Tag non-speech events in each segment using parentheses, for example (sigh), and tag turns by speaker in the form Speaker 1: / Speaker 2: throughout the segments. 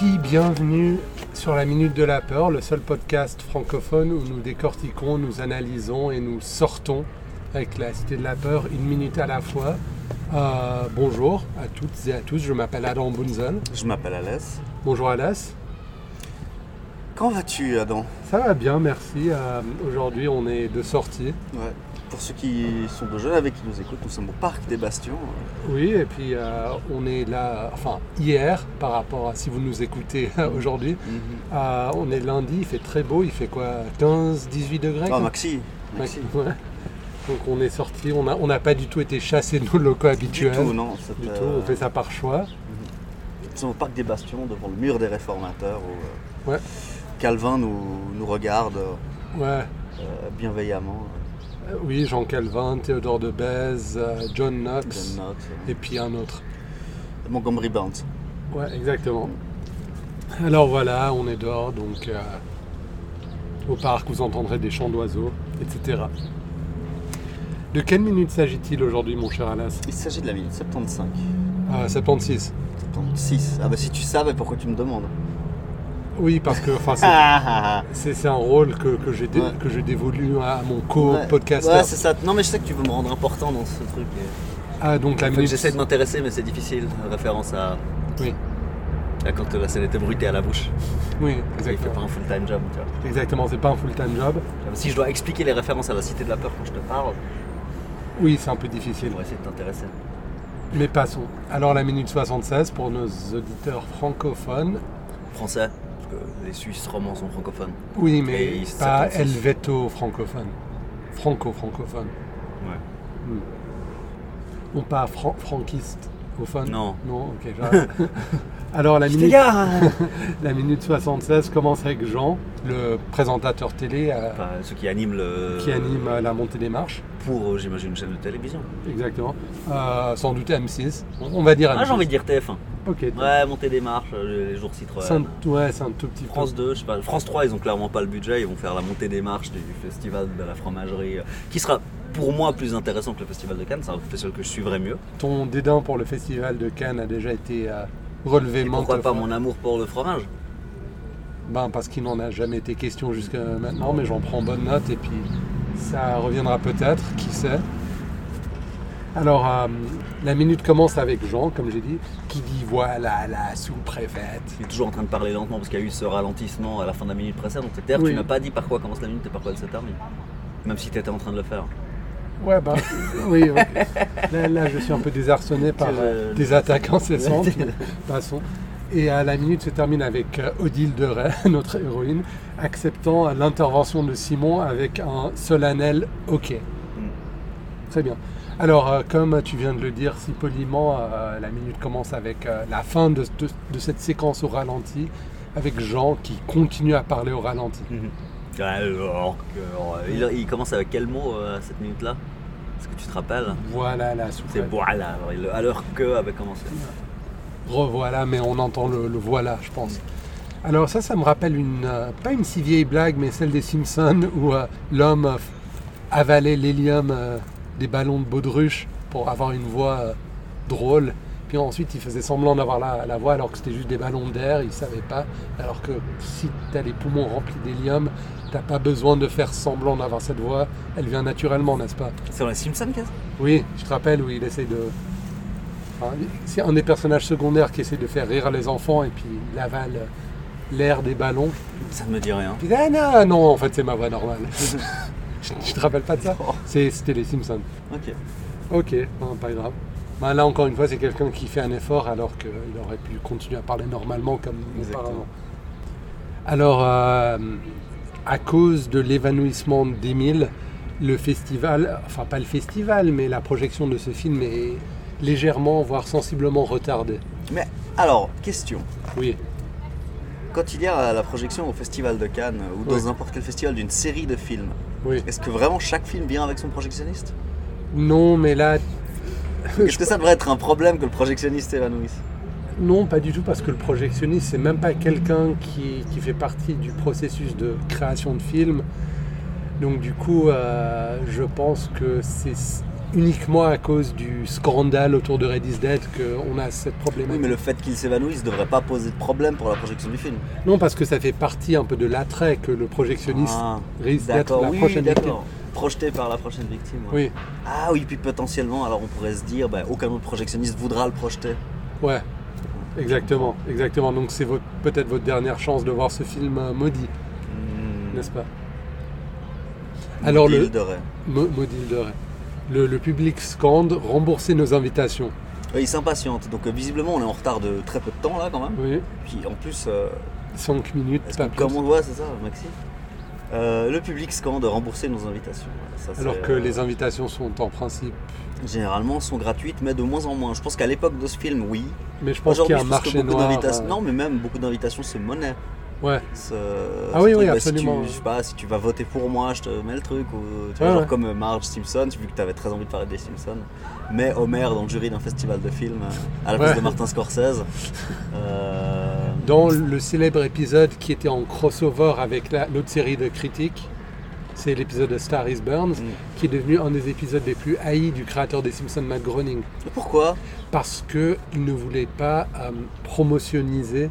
Speaker 1: Bienvenue sur la Minute de la Peur, le seul podcast francophone où nous décortiquons, nous analysons et nous sortons avec la Cité de la Peur une minute à la fois. Euh, bonjour à toutes et à tous, je m'appelle Adam Bunzen.
Speaker 2: Je m'appelle Alès.
Speaker 1: Bonjour Alas.
Speaker 2: Quand vas-tu, Adam
Speaker 1: Ça va bien, merci. Euh, Aujourd'hui, on est de sortie.
Speaker 2: Ouais. Pour ceux qui sont de Genève et qui nous écoutent, nous sommes au Parc des Bastions.
Speaker 1: Oui, et puis euh, on est là, enfin hier, par rapport à si vous nous écoutez (laughs) aujourd'hui, euh, on est lundi, il fait très beau, il fait quoi 15, 18 degrés
Speaker 2: Ah,
Speaker 1: quoi
Speaker 2: Maxi Maxi.
Speaker 1: Ouais. Donc on est sorti, on n'a on n'a pas du tout été chassé de nos locaux
Speaker 2: Du
Speaker 1: habituels.
Speaker 2: tout, non. c'est,
Speaker 1: Du
Speaker 2: euh,
Speaker 1: tout, on fait ça par choix.
Speaker 2: Nous sommes au Parc des Bastions, devant le mur des réformateurs, où euh,
Speaker 1: Ouais.
Speaker 2: Calvin nous, nous regarde euh,
Speaker 1: Ouais.
Speaker 2: euh, bienveillamment. euh,
Speaker 1: Euh, Oui, Jean Calvin, Théodore de Bèze, euh, John Knox,
Speaker 2: John Knox,
Speaker 1: et puis un autre.
Speaker 2: euh, Montgomery Bounce.
Speaker 1: Ouais, exactement. Alors voilà, on est dehors, donc euh, au parc, vous entendrez des chants d'oiseaux, etc. De quelle minute s'agit-il aujourd'hui, mon cher Alas
Speaker 2: Il s'agit de la minute 75.
Speaker 1: Ah, 76.
Speaker 2: 76. Ah bah si tu savais, pourquoi tu me demandes
Speaker 1: Oui, parce que enfin, c'est-
Speaker 2: Ah, ah, ah.
Speaker 1: c'est c'est un rôle que, que j'ai dé-
Speaker 2: Ouais.
Speaker 1: que j'ai dévolu à mon
Speaker 2: Ouais.
Speaker 1: co-podcasteur.
Speaker 2: Ouais, c'est ça. Non, mais je sais que tu veux me rendre important dans ce truc. euh.
Speaker 1: ah, donc la
Speaker 2: En fait,
Speaker 1: minute.
Speaker 2: J'essaie de m'intéresser, mais c'est difficile. Référence à,
Speaker 1: Oui,
Speaker 2: à quand la scène était brutée à la bouche.
Speaker 1: oui,
Speaker 2: Il fait pas
Speaker 1: exactement.
Speaker 2: un full-time job. tu vois.
Speaker 1: Exactement, c'est pas un full-time job.
Speaker 2: Si je dois expliquer les références à la Cité de la Peur quand je te parle,
Speaker 1: Oui, c'est un peu difficile.
Speaker 2: on va essayer de t'intéresser.
Speaker 1: Mais passons. Alors la minute 76 pour nos auditeurs francophones.
Speaker 2: Français, parce que les Suisses romans sont francophones.
Speaker 1: Oui,
Speaker 2: Et
Speaker 1: mais
Speaker 2: il-
Speaker 1: pas
Speaker 2: 76.
Speaker 1: helveto francophone. Franco-francophone. Ou pas fran franquiste au fun.
Speaker 2: Non.
Speaker 1: Non,
Speaker 2: (laughs)
Speaker 1: ok, j'arrête. Alors la minute, la minute 76 commence avec Jean, le présentateur télé euh,
Speaker 2: Enfin, ceux qui animent le.
Speaker 1: qui anime euh, la montée des marches.
Speaker 2: Pour, euh, j'imagine, une chaîne de télévision.
Speaker 1: Exactement. Euh, sans doute M6. On va dire M6.
Speaker 2: Ah, j'ai envie de dire TF1.
Speaker 1: Ok.
Speaker 2: Ouais, monter des marches, euh, les jours Citroën.
Speaker 1: C'est un, ouais, c'est un tout petit peu.
Speaker 2: France 2, je sais pas, France 3, ils ont clairement pas le budget, ils vont faire la montée des marches du festival de la fromagerie, euh, qui sera pour moi plus intéressant que le festival de Cannes, c'est un festival que je suivrai mieux.
Speaker 1: Ton dédain pour le festival de Cannes a déjà été euh, relevé
Speaker 2: Et
Speaker 1: maintes
Speaker 2: pourquoi pas
Speaker 1: fois.
Speaker 2: mon amour pour le fromage
Speaker 1: Ben, parce qu'il n'en a jamais été question jusqu'à maintenant, mais j'en prends bonne note et puis ça reviendra peut-être, qui sait. Alors, euh, la minute commence avec Jean, comme j'ai dit, qui dit voilà la sous-préfète.
Speaker 2: Il est toujours en train de parler lentement parce qu'il y a eu ce ralentissement à la fin de la minute précédente. C'est-à-dire que
Speaker 1: Oui.
Speaker 2: tu n'as pas dit par quoi commence la minute et par quoi elle se termine. Même si tu étais en train de le faire.
Speaker 1: Ouais, ben, (laughs) oui, ok. Là, là, je suis un peu désarçonné par
Speaker 2: Tu, euh,
Speaker 1: euh, des attaques incessantes. mais Passons. Et à la minute se termine avec euh, Odile de Ray, (laughs) notre héroïne, acceptant euh, l'intervention de Simon avec un solennel OK.
Speaker 2: Mm.
Speaker 1: Très bien. Alors, euh, comme tu viens de le dire si poliment, euh, la minute commence avec euh, la fin de, de- de cette séquence au ralenti, avec Jean qui continue à parler au ralenti.
Speaker 2: Alors que- euh, Il, il commence avec quel mot euh, cette minute-là Est-ce que tu te rappelles
Speaker 1: Voilà la
Speaker 2: C'est
Speaker 1: soupe.
Speaker 2: voilà. Alors, il- alors que avait commencé.
Speaker 1: Revoilà, mais on entend le, le voilà, je pense. Alors ça, ça me rappelle une, euh, pas une si vieille blague, mais celle des Simpsons (laughs) où euh, l'homme euh, avalait l'hélium euh, des ballons de baudruche pour avoir une voix euh, drôle. Puis ensuite, il faisait semblant d'avoir la, la voix alors que c'était juste des ballons d'air, il savait pas. Alors que si tu as les poumons remplis d'hélium, t'as pas besoin de faire semblant d'avoir cette voix, elle vient naturellement, n'est-ce pas
Speaker 2: C'est dans les Simpsons, qu'est-ce
Speaker 1: oui, je te rappelle où il essaie de. enfin, c'est un des personnages secondaires qui essaie de faire rire les enfants et puis il avale l'air des ballons.
Speaker 2: Ça ne me dit rien.
Speaker 1: Puis il dit, ah non, non, en fait c'est ma voix normale. (laughs) je, je te rappelle pas de ça
Speaker 2: Oh,
Speaker 1: C'est- C'était les Simpsons.
Speaker 2: ok.
Speaker 1: Ok, hein, pas grave. Ben là encore une fois, c'est quelqu'un qui fait un effort alors qu'il aurait pu continuer à parler normalement comme
Speaker 2: Exactement.
Speaker 1: auparavant. Alors, euh, à cause de l'évanouissement d'Émile, le festival, enfin pas le festival, mais la projection de ce film est légèrement, voire sensiblement retardée.
Speaker 2: Mais alors, question.
Speaker 1: Oui,
Speaker 2: Quand il y a la projection au Festival de Cannes ou dans
Speaker 1: Oui.
Speaker 2: n'importe quel festival d'une série de films,
Speaker 1: oui.
Speaker 2: est-ce que vraiment chaque film vient avec
Speaker 1: (laughs)
Speaker 2: son projectionniste
Speaker 1: Non, mais là,
Speaker 2: Est-ce que ça devrait être un problème que le projectionniste évanouisse
Speaker 1: Non, pas du tout, parce que le projectionniste, c'est même pas quelqu'un qui, qui fait partie du processus de création de film. Donc, du coup, euh, je pense que c'est uniquement à cause du scandale autour de Red is Dead qu'on a cette
Speaker 2: Oui,
Speaker 1: problématique.
Speaker 2: mais le fait qu'il s'évanouisse devrait pas poser de problème pour la projection du film.
Speaker 1: Non, parce que ça fait partie un peu de l'attrait que le projectionniste
Speaker 2: Ah,
Speaker 1: risque d'être
Speaker 2: D'accord,
Speaker 1: la
Speaker 2: oui,
Speaker 1: prochaine victime.
Speaker 2: d'accord. Projeté par la prochaine victime. ouais.
Speaker 1: Oui,
Speaker 2: Ah oui, puis potentiellement, alors on pourrait se dire, bah, aucun autre projectionniste voudra le projeter.
Speaker 1: ouais, exactement, exactement. Donc c'est votre- peut-être votre dernière chance de voir ce film euh, maudit,
Speaker 2: Hmm.
Speaker 1: n'est-ce pas Alors
Speaker 2: Deal
Speaker 1: le
Speaker 2: de rêve.
Speaker 1: Mo- maudit de rêve. Le, le public scande rembourser nos invitations.
Speaker 2: Ouais, il s'impatiente, donc euh, visiblement on est en retard de très peu de temps là quand même.
Speaker 1: Oui,
Speaker 2: Puis en plus, euh,
Speaker 1: 5 minutes,
Speaker 2: est-ce
Speaker 1: pas
Speaker 2: qu'on-
Speaker 1: plus.
Speaker 2: comme on le voit, c'est ça, Maxi Euh, Le public scande rembourser nos invitations. Voilà, ça, c'est,
Speaker 1: Alors que
Speaker 2: euh,
Speaker 1: les invitations sont en principe.
Speaker 2: généralement sont gratuites, mais de moins en moins. Je pense qu'à l'époque de ce film, oui.
Speaker 1: Mais je pense qu'il y
Speaker 2: Aujourd'hui,
Speaker 1: a un
Speaker 2: je pense que
Speaker 1: marché
Speaker 2: beaucoup
Speaker 1: noir.
Speaker 2: d'invitations,
Speaker 1: euh,
Speaker 2: non, mais même beaucoup d'invitations se monnaient.
Speaker 1: Ouais.
Speaker 2: Ce-
Speaker 1: Ah
Speaker 2: ce
Speaker 1: oui,
Speaker 2: truc,
Speaker 1: oui,
Speaker 2: bah,
Speaker 1: absolument.
Speaker 2: Si tu, je sais pas, si tu vas voter pour moi, je te mets le truc. Ou, tu vois,
Speaker 1: Ouais,
Speaker 2: genre
Speaker 1: ouais.
Speaker 2: comme euh, Marge Simpson, vu que tu avais très envie de parler des Simpsons. Mais Homer dans le jury d'un festival de films, euh, à la place
Speaker 1: Ouais.
Speaker 2: de
Speaker 1: (laughs)
Speaker 2: Martin Scorsese. Euh,
Speaker 1: Dans le célèbre épisode qui était en crossover avec la- l'autre série de critiques, c'est l'épisode de Star is Burns,
Speaker 2: Mm.
Speaker 1: qui est devenu un des épisodes les plus haïs du créateur des Simpsons, Matt Groening,
Speaker 2: et pourquoi
Speaker 1: parce que il ne voulait pas euh, promotioniser,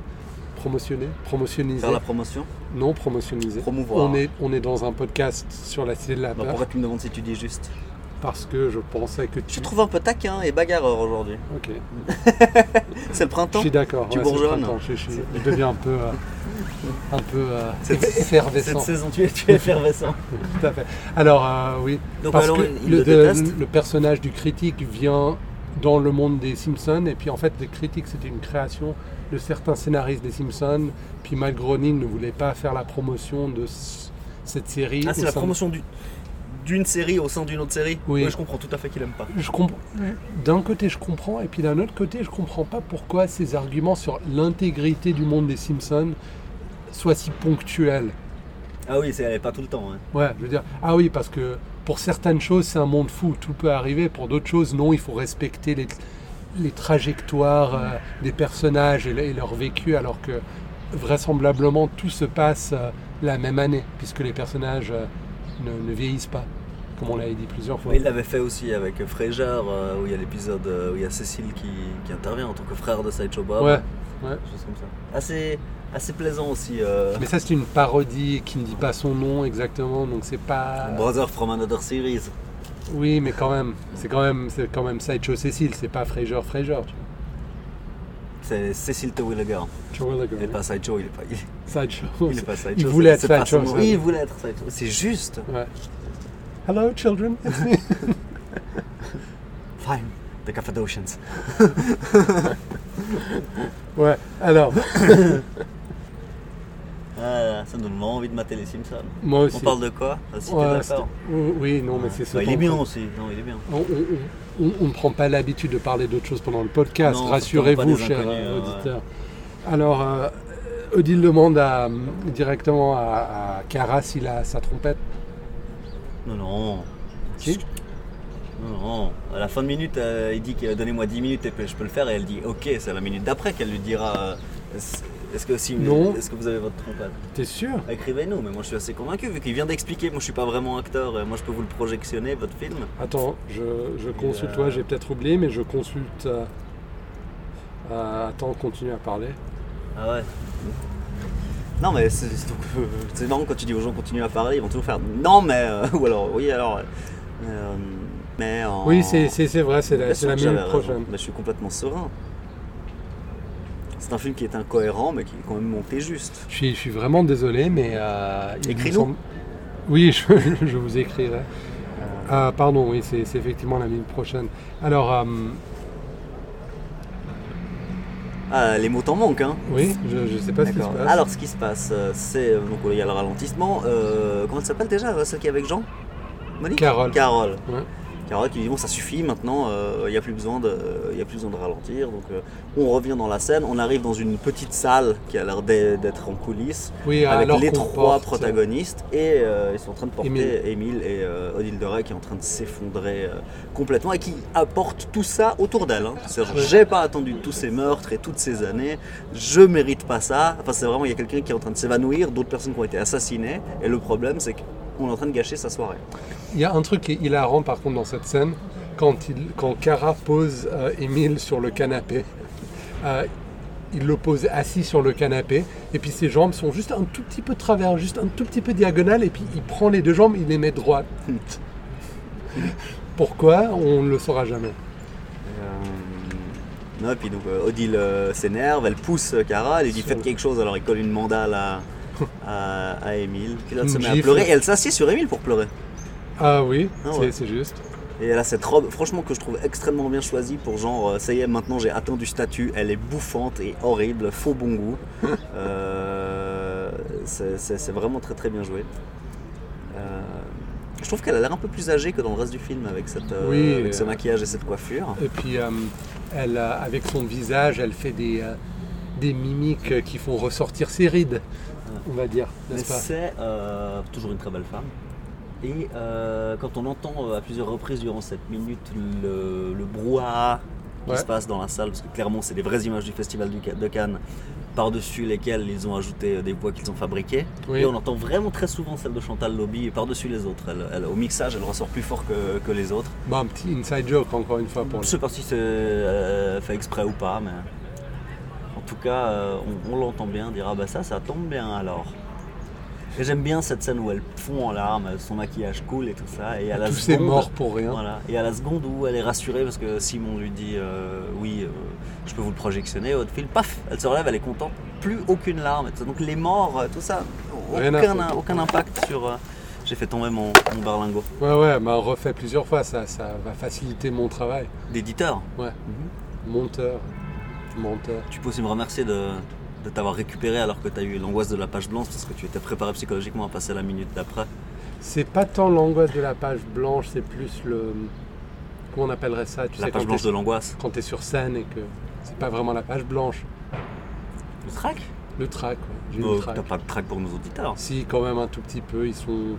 Speaker 1: promotionner, promotioniser,
Speaker 2: Faire la promotion
Speaker 1: non promotioniser.
Speaker 2: Promouvoir.
Speaker 1: On est, on est dans un podcast sur la cité de la
Speaker 2: Bah,
Speaker 1: peur,
Speaker 2: pourquoi tu me demandes si tu dis juste
Speaker 1: parce que je pensais que
Speaker 2: Je
Speaker 1: tu...
Speaker 2: te trouve un peu taquin et bagarreur aujourd'hui.
Speaker 1: Ok,
Speaker 2: C'est
Speaker 1: je
Speaker 2: le printemps.
Speaker 1: suis d'accord.
Speaker 2: Tu
Speaker 1: ouais, c'est le
Speaker 2: bourgeonnes.
Speaker 1: printemps, Je, je- je deviens un peu... euh, un peu
Speaker 2: (laughs)
Speaker 1: euh,
Speaker 2: Cette-
Speaker 1: effervescent.
Speaker 2: saison, tu es, tu es effervescent.
Speaker 1: Tout à fait. Alors, euh, oui.
Speaker 2: Donc,
Speaker 1: Parce
Speaker 2: alors,
Speaker 1: que
Speaker 2: il
Speaker 1: le, de-
Speaker 2: le déteste
Speaker 1: le personnage du critique vient dans le monde des Simpsons, et puis en fait, le critique, c'était une création de certains scénaristes des Simpsons, puis Matt Groening ne voulait pas faire la promotion de s- cette série.
Speaker 3: Ah, c'est
Speaker 1: au
Speaker 3: la
Speaker 1: sein de-
Speaker 3: promotion du- d'une série au sein d'une autre série
Speaker 1: Oui.
Speaker 3: Ouais, je comprends tout à fait qu'il aime pas.
Speaker 1: Je comprends. D'un côté, je comprends, et puis d'un autre côté, je comprends pas pourquoi ces arguments sur l'intégrité du monde des Simpsons soient si ponctuels.
Speaker 2: Ah oui, c'est pas tout le temps. hein.
Speaker 1: Ouais, je veux dire, ah oui, parce que pour certaines choses, c'est un monde fou, tout peut arriver. Pour d'autres choses, non, il faut respecter les, les trajectoires euh, des personnages et, le- et leur vécu, alors que vraisemblablement, tout se passe euh, la même année, puisque les personnages euh, ne, ne vieillissent pas, comme on l'avait dit plusieurs fois.
Speaker 2: Oui, Il l'avait fait aussi avec Frasier, euh, où il y a l'épisode euh, où il y a Cécile qui, qui intervient en tant que frère de Sideshow Bob.
Speaker 1: Ouais,
Speaker 2: Des choses comme ça. Assez, assez plaisant aussi. euh,
Speaker 1: mais ça, c'est une parodie qui ne dit pas son nom exactement, donc c'est pas.
Speaker 2: Brother from another series.
Speaker 1: Oui, mais quand même, c'est quand même, c'est quand même Sideshow Cécile, c'est pas Fraser Fraser, tu vois.
Speaker 2: C'est Cécile Terwilliger.
Speaker 1: Tu vois, le gars,
Speaker 2: Il n'est
Speaker 1: hein.
Speaker 2: pas Sideshow, il n'est pas, il,
Speaker 1: Sideshow.
Speaker 2: il est pas Sideshow.
Speaker 1: Il voulait
Speaker 2: c'est-
Speaker 1: être
Speaker 2: c'est pas
Speaker 1: Sideshow,
Speaker 2: son-
Speaker 1: ça.
Speaker 2: Oui, il voulait être Sideshow. C'est juste.
Speaker 1: Ouais. Hello children.
Speaker 2: Fine. The Cappadocians.
Speaker 1: (laughs) ouais. Alors,
Speaker 2: Ah, ça nous donne vraiment envie de mater les Simpsons.
Speaker 1: moi aussi.
Speaker 2: On parle de quoi La Cité
Speaker 1: Ouais,
Speaker 2: de la
Speaker 1: c'est-
Speaker 2: Peur.
Speaker 1: oui, oui, non, mais c'est ce
Speaker 2: Bah, il est
Speaker 1: qu'on-
Speaker 2: bien aussi. Non, il est bien.
Speaker 1: On on- on- on ne prend pas l'habitude de parler d'autres choses pendant le podcast.
Speaker 2: Non,
Speaker 1: Rassurez-vous,
Speaker 2: surtout pas des
Speaker 1: chers
Speaker 2: inconnus,
Speaker 1: euh,
Speaker 2: ouais.
Speaker 1: auditeurs. Alors, euh, Odile demande à, directement à, à Cara s'il a sa trompette.
Speaker 2: Non, non.
Speaker 1: Si.
Speaker 2: Non, non. À la fin de minute, euh, il dit que donnez-moi 10 minutes et puis je peux le faire. Et elle dit ok, c'est à la minute d'après qu'elle lui dira euh, est-ce est-ce que, si,
Speaker 1: Non.
Speaker 2: est que vous avez votre trompette
Speaker 1: T'es sûr
Speaker 2: Écrivez-nous, mais moi je suis assez convaincu vu qu'il vient d'expliquer. Moi je suis pas vraiment acteur, et moi je peux vous le projectionner, votre film.
Speaker 1: Attends, je, je consulte.
Speaker 2: euh,
Speaker 1: Toi, j'ai peut-être oublié, mais je consulte. euh, euh, attends, continue à parler.
Speaker 2: Ah ouais. Non, mais c'est c'est- donc, euh, c'est marrant quand tu dis aux gens continue à parler, ils vont toujours faire non, mais. euh, (laughs) ou alors, oui, alors. euh, euh, mais en-
Speaker 1: Oui, c'est- c'est c'est vrai, c'est la,
Speaker 2: Bien
Speaker 1: c'est
Speaker 2: sûr
Speaker 1: la
Speaker 2: que
Speaker 1: minute
Speaker 2: j'avais raison,
Speaker 1: prochaine.
Speaker 2: Mais je suis complètement serein. C'est un film qui est incohérent, mais qui est quand même monté juste.
Speaker 1: Je suis, je suis vraiment désolé, mais. euh, il me
Speaker 2: Écris-nous.
Speaker 1: semble- Oui, (laughs) je, je vous écrirai.
Speaker 2: Euh.
Speaker 1: Ah, pardon, oui, c'est c'est effectivement la minute prochaine. Alors, euh,
Speaker 2: Ah, les mots t'en manquent, hein
Speaker 1: oui, je ne sais pas ce qui se
Speaker 2: D'accord.
Speaker 1: passe.
Speaker 2: Alors, ce qui se passe, euh, c'est. euh, Donc, il y a le ralentissement. euh, comment elle s'appelle déjà, euh, celle qui est avec Jean Monique
Speaker 1: Carole.
Speaker 2: Carole.
Speaker 1: Ouais.
Speaker 2: Carole qui dit bon, ça suffit maintenant, euh, il n'y a, plus besoin de- il y a plus besoin de ralentir. Donc, euh, on revient dans la scène, on arrive dans une petite salle qui a l'air d'e- d'être en coulisses.
Speaker 1: oui,
Speaker 2: Ah, avec
Speaker 1: alors
Speaker 2: les
Speaker 1: qu'on
Speaker 2: trois
Speaker 1: porte- euh,
Speaker 2: protagonistes et euh, ils sont en train de porter
Speaker 1: Émile.
Speaker 2: Émile, et euh, Odile de Rey qui est en train de s'effondrer euh, complètement et qui apporte tout ça autour d'elle. hein. C'est genre,
Speaker 1: Ouais.
Speaker 2: j'ai pas attendu tous ces meurtres et toutes ces années, je mérite pas ça. Enfin, c'est vraiment, il y a quelqu'un qui est en train de s'évanouir, d'autres personnes qui ont été assassinées et le problème c'est qu'on est en train de gâcher sa soirée.
Speaker 1: Il y a un truc qui est hilarant, par contre, dans cette scène. quand, il, quand Cara pose euh, Émile sur le canapé. (laughs) Euh, il le pose assis sur le canapé, et puis ses jambes sont juste un tout petit peu de travers, juste un tout petit peu diagonale, et puis il prend les deux jambes, il les met droites. (laughs) Pourquoi On ne le saura jamais.
Speaker 4: Euh, non, et puis donc euh, Odile euh, s'énerve, elle pousse euh, Cara, elle lui dit
Speaker 1: Son-
Speaker 4: faites quelque chose, alors il colle une mandale
Speaker 1: (laughs)
Speaker 4: à, à, à Émile. Puis là, elle se
Speaker 1: Une
Speaker 4: met à
Speaker 1: gifle.
Speaker 4: pleurer et elle s'assied sur Émile pour pleurer.
Speaker 1: Ah oui,
Speaker 4: Ah
Speaker 1: c'est-
Speaker 4: ouais.
Speaker 1: c'est juste.
Speaker 4: Et elle a cette robe, franchement, que je trouve extrêmement bien choisie pour genre, euh, ça y est, maintenant j'ai atteint du statut, elle est bouffante et horrible, faux bon
Speaker 1: (laughs)
Speaker 4: goût. Euh, c'est- c'est c'est vraiment très très bien joué. Euh, je trouve qu'elle a l'air un peu plus âgée que dans le reste du film avec, cette, euh,
Speaker 1: Oui,
Speaker 4: avec ce
Speaker 1: euh,
Speaker 4: maquillage et cette coiffure.
Speaker 1: Et puis, euh, elle, euh, avec son visage, elle fait des, euh, des mimiques euh, qui font ressortir ses rides, on va dire,
Speaker 2: Mais
Speaker 1: n'est-ce pas
Speaker 2: c'est euh, toujours une très belle femme. Et euh, quand on entend euh, à plusieurs reprises durant cette minute le, le brouhaha qui
Speaker 1: Ouais.
Speaker 2: se passe dans la salle, parce que clairement c'est des vraies images du Festival du Ca- de Cannes, par-dessus lesquelles ils ont ajouté euh, des voix qu'ils ont fabriquées.
Speaker 1: Oui.
Speaker 2: Et on entend vraiment très souvent celle de Chantal Lobby et par-dessus les autres. Elle- elle- au mixage, elle ressort plus fort que, que les autres.
Speaker 1: Bah, un petit inside joke, encore une fois,
Speaker 2: Je
Speaker 1: pour
Speaker 2: ne
Speaker 1: le
Speaker 2: sais pas si c'est euh, fait exprès ou pas, mais en tout cas, euh, on, on l'entend bien dire Ah bah ça, ça tombe bien alors. Et j'aime bien cette scène où elle fond en larmes, son maquillage coule et tout ça. Et à la
Speaker 1: Tous ces
Speaker 2: seconde,
Speaker 1: morts pour rien.
Speaker 2: Voilà. Et à la seconde où elle est rassurée parce que Simon lui dit euh, Oui, euh, je peux vous le projectionner, votre film, paf Elle se relève, elle est contente, plus aucune larme. et tout ça. Donc les morts, euh, tout ça,
Speaker 1: Rien à
Speaker 2: aucun,
Speaker 1: foutre.
Speaker 2: aucun impact sur. euh, j'ai fait tomber mon, mon barlingot
Speaker 1: Ouais, ouais, elle m'a refait plusieurs fois, ça, ça va faciliter mon travail.
Speaker 2: d'éditeur.
Speaker 1: Ouais.
Speaker 2: Mhm.
Speaker 1: Monteur. Monteur.
Speaker 2: Tu peux aussi me remercier de, de t'avoir récupéré alors que tu as eu l'angoisse de la page blanche parce que tu étais préparé psychologiquement à passer la minute d'après.
Speaker 1: C'est pas tant l'angoisse de la page blanche, c'est plus le. Comment on appellerait ça tu
Speaker 2: La
Speaker 1: sais,
Speaker 2: page
Speaker 1: quand
Speaker 2: blanche
Speaker 1: t'es-
Speaker 2: de l'angoisse.
Speaker 1: Quand t'es sur scène et que c'est pas vraiment la page blanche,
Speaker 2: Le track
Speaker 1: le track. ouais. J'ai eu
Speaker 2: Euh,
Speaker 1: le track.
Speaker 2: T'as pas de track pour nos auditeurs.
Speaker 1: Si, quand même, un tout petit peu. Ils sont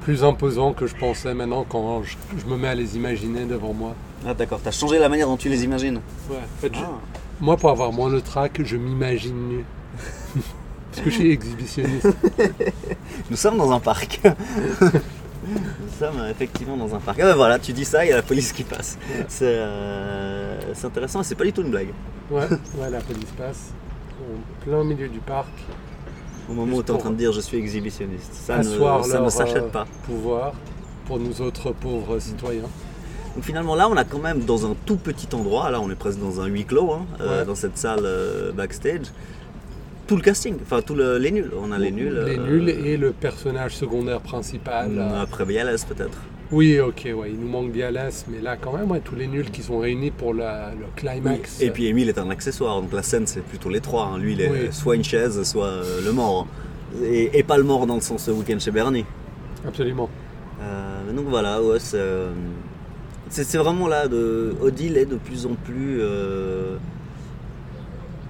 Speaker 1: plus imposants que je pensais maintenant quand je, je me mets à les imaginer devant moi.
Speaker 4: Ah, d'accord, t'as changé la manière dont tu les imagines.
Speaker 1: Ouais, en fait, je-
Speaker 2: (laughs)
Speaker 4: Ah.
Speaker 1: Moi, pour avoir moins le track, je m'imagine (laughs) nu. Parce que je suis exhibitionniste.
Speaker 4: Nous sommes dans un
Speaker 2: (laughs)
Speaker 4: parc. Nous sommes euh, effectivement dans un parc. Ah ben voilà, tu dis ça, il y a la police qui passe.
Speaker 2: C'est euh, c'est intéressant et c'est pas du tout une blague.
Speaker 1: Ouais, ouais, la police passe. En plein milieu du parc.
Speaker 2: Au moment où
Speaker 1: Juste
Speaker 2: t'es en
Speaker 1: pour
Speaker 2: train de dire je suis exhibitionniste, ça ne,
Speaker 1: Asseoir
Speaker 2: ça ne
Speaker 1: leur,
Speaker 2: s'achète
Speaker 1: euh,
Speaker 2: pas.
Speaker 1: pouvoir pour nous autres pauvres citoyens.
Speaker 2: Donc finalement là on a quand même dans un tout petit endroit, là on est presque dans un huis clos, hein, euh,
Speaker 1: Ouais.
Speaker 2: dans cette salle euh, backstage, tout le casting, enfin tous le- les nuls. On a les nuls.
Speaker 1: Les
Speaker 2: euh, Mm.
Speaker 1: nuls et le personnage secondaire principal. euh,
Speaker 2: Après Vialès peut-être.
Speaker 1: Oui, ok, ouais, il nous manque Bialas, mais là quand même, ouais, tous les nuls qui sont réunis pour la- le climax.
Speaker 2: Et puis Émile est un accessoire, donc la scène c'est plutôt les trois. hein. Lui il est
Speaker 1: Oui.
Speaker 2: soit une chaise, soit euh, le mort. Et, et pas le mort dans le sens euh, week-end chez Bernie.
Speaker 1: Absolument.
Speaker 2: Euh, donc voilà, ouais, c'est, euh, c'est c'est vraiment là, de, Odile est de plus en plus euh,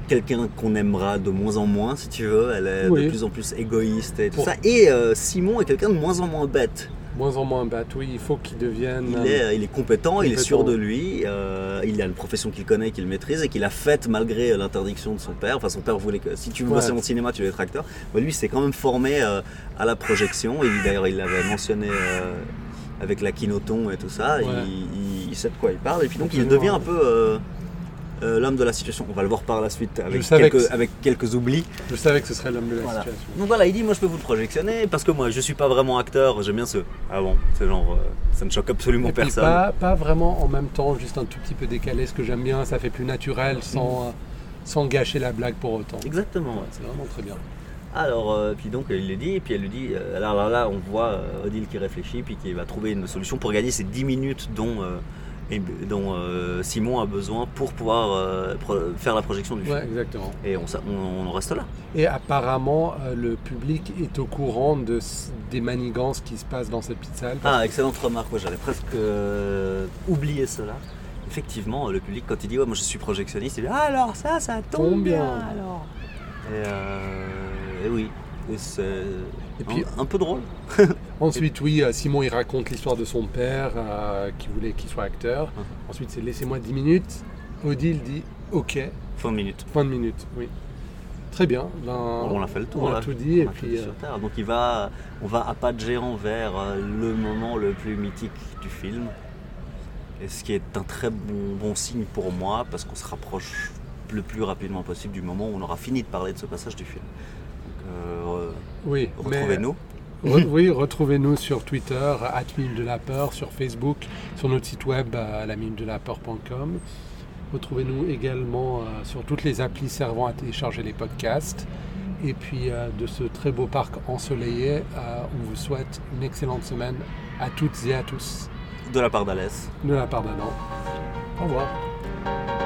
Speaker 2: quelqu'un qu'on aimera de moins en moins si tu veux. Elle est
Speaker 1: Oui.
Speaker 2: de plus en plus égoïste et tout
Speaker 1: Pour-
Speaker 2: ça. Et euh, Simon est quelqu'un de moins en moins bête.
Speaker 1: Moins en moins bête, oui, il faut qu'il devienne.
Speaker 2: Il
Speaker 1: euh,
Speaker 2: est, il est compétent, il est
Speaker 1: Compétent.
Speaker 2: sûr de lui, euh, il a une profession qu'il connaît, qu'il maîtrise et qu'il a faite malgré euh, l'interdiction de son père. Enfin, son père voulait que si tu veux
Speaker 1: Ouais.
Speaker 2: bosser dans le cinéma, tu dois être acteur. Mais lui, il s'est quand même formé euh, à la projection. Et D'ailleurs, il l'avait mentionné euh, avec la kinoton et tout ça.
Speaker 1: Ouais.
Speaker 2: Il, il- il sait de quoi il parle. Et puis, donc, il
Speaker 1: Absolument,
Speaker 2: devient un
Speaker 1: ouais.
Speaker 2: peu euh, euh, l'homme de la situation. On va le voir par la suite avec,
Speaker 1: savais que
Speaker 2: quelques,
Speaker 1: c'est-
Speaker 2: avec quelques oublis.
Speaker 1: Je savais que ce serait l'homme de la
Speaker 2: Voilà.
Speaker 1: situation.
Speaker 2: Donc voilà, il dit moi je peux vous le projectionner parce que moi je suis pas vraiment acteur, j'aime bien ce ah bon, c'est genre euh, ça ne choque absolument
Speaker 1: Et puis
Speaker 2: personne.
Speaker 1: pas, pas vraiment en même temps, juste un tout petit peu décalé, ce que j'aime bien, ça fait plus naturel
Speaker 2: Mm.
Speaker 1: sans, euh, sans gâcher la blague pour autant.
Speaker 2: Exactement. ouais.
Speaker 1: C'est vraiment très bien.
Speaker 2: Alors, euh, puis donc, il le dit, et puis elle lui dit, euh, alors là, là, on voit euh, Odile qui réfléchit, puis qui va trouver une solution pour gagner ces 10 minutes dont, euh, et- dont euh, Simon a besoin pour pouvoir euh, pro- faire la projection du film.
Speaker 1: Ouais, exactement.
Speaker 2: Et on, s'a- on- on en reste là.
Speaker 1: Et apparemment, euh, le public est au courant de, s- des manigances qui se passent dans cette petite salle.
Speaker 2: Ah, excellente remarque, ouais, j'avais presque euh, oublié cela. Effectivement, le public, quand il dit, ouais, moi je suis projectionniste, il dit, ah, alors ça, ça tombe,
Speaker 1: Tombe bien.
Speaker 2: bien, alors. Et, euh, et oui, et c'est
Speaker 1: Et puis-
Speaker 2: un- un peu drôle.
Speaker 1: Ensuite, oui, euh, Simon, il raconte l'histoire de son père euh, qui voulait qu'il soit acteur.
Speaker 2: Ah,
Speaker 1: Ensuite, c'est laissez-moi 10 minutes. Odile dit OK,
Speaker 2: Fin de minute.
Speaker 1: fin de minute, oui. Très bien. ben,
Speaker 2: On a fait le tour.
Speaker 1: On a
Speaker 2: là.
Speaker 1: tout dit. Et
Speaker 2: On a tout
Speaker 1: puis, euh,
Speaker 2: dit sur Terre. Donc il va, euh, on va à pas de géant vers euh, le moment le plus mythique du film. Et ce qui est un très bon, bon signe pour moi, parce qu'on se rapproche le plus rapidement possible du moment où on aura fini de parler de ce passage du film. Donc, euh,
Speaker 1: Oui,
Speaker 2: re-
Speaker 1: mais-
Speaker 2: retrouvez-nous.
Speaker 1: Re- oui, retrouvez-nous sur Twitter, at Minute de la Peur, sur Facebook, sur notre site web, euh, la de la peur.com. Retrouvez-nous également euh, sur toutes les applis servant à télécharger les podcasts. Et puis, euh, de ce très beau parc ensoleillé, euh, on vous souhaite une excellente semaine à toutes et à tous
Speaker 2: De la part d'Alès.
Speaker 1: de la part d'Adam. Au revoir.
Speaker 5: Au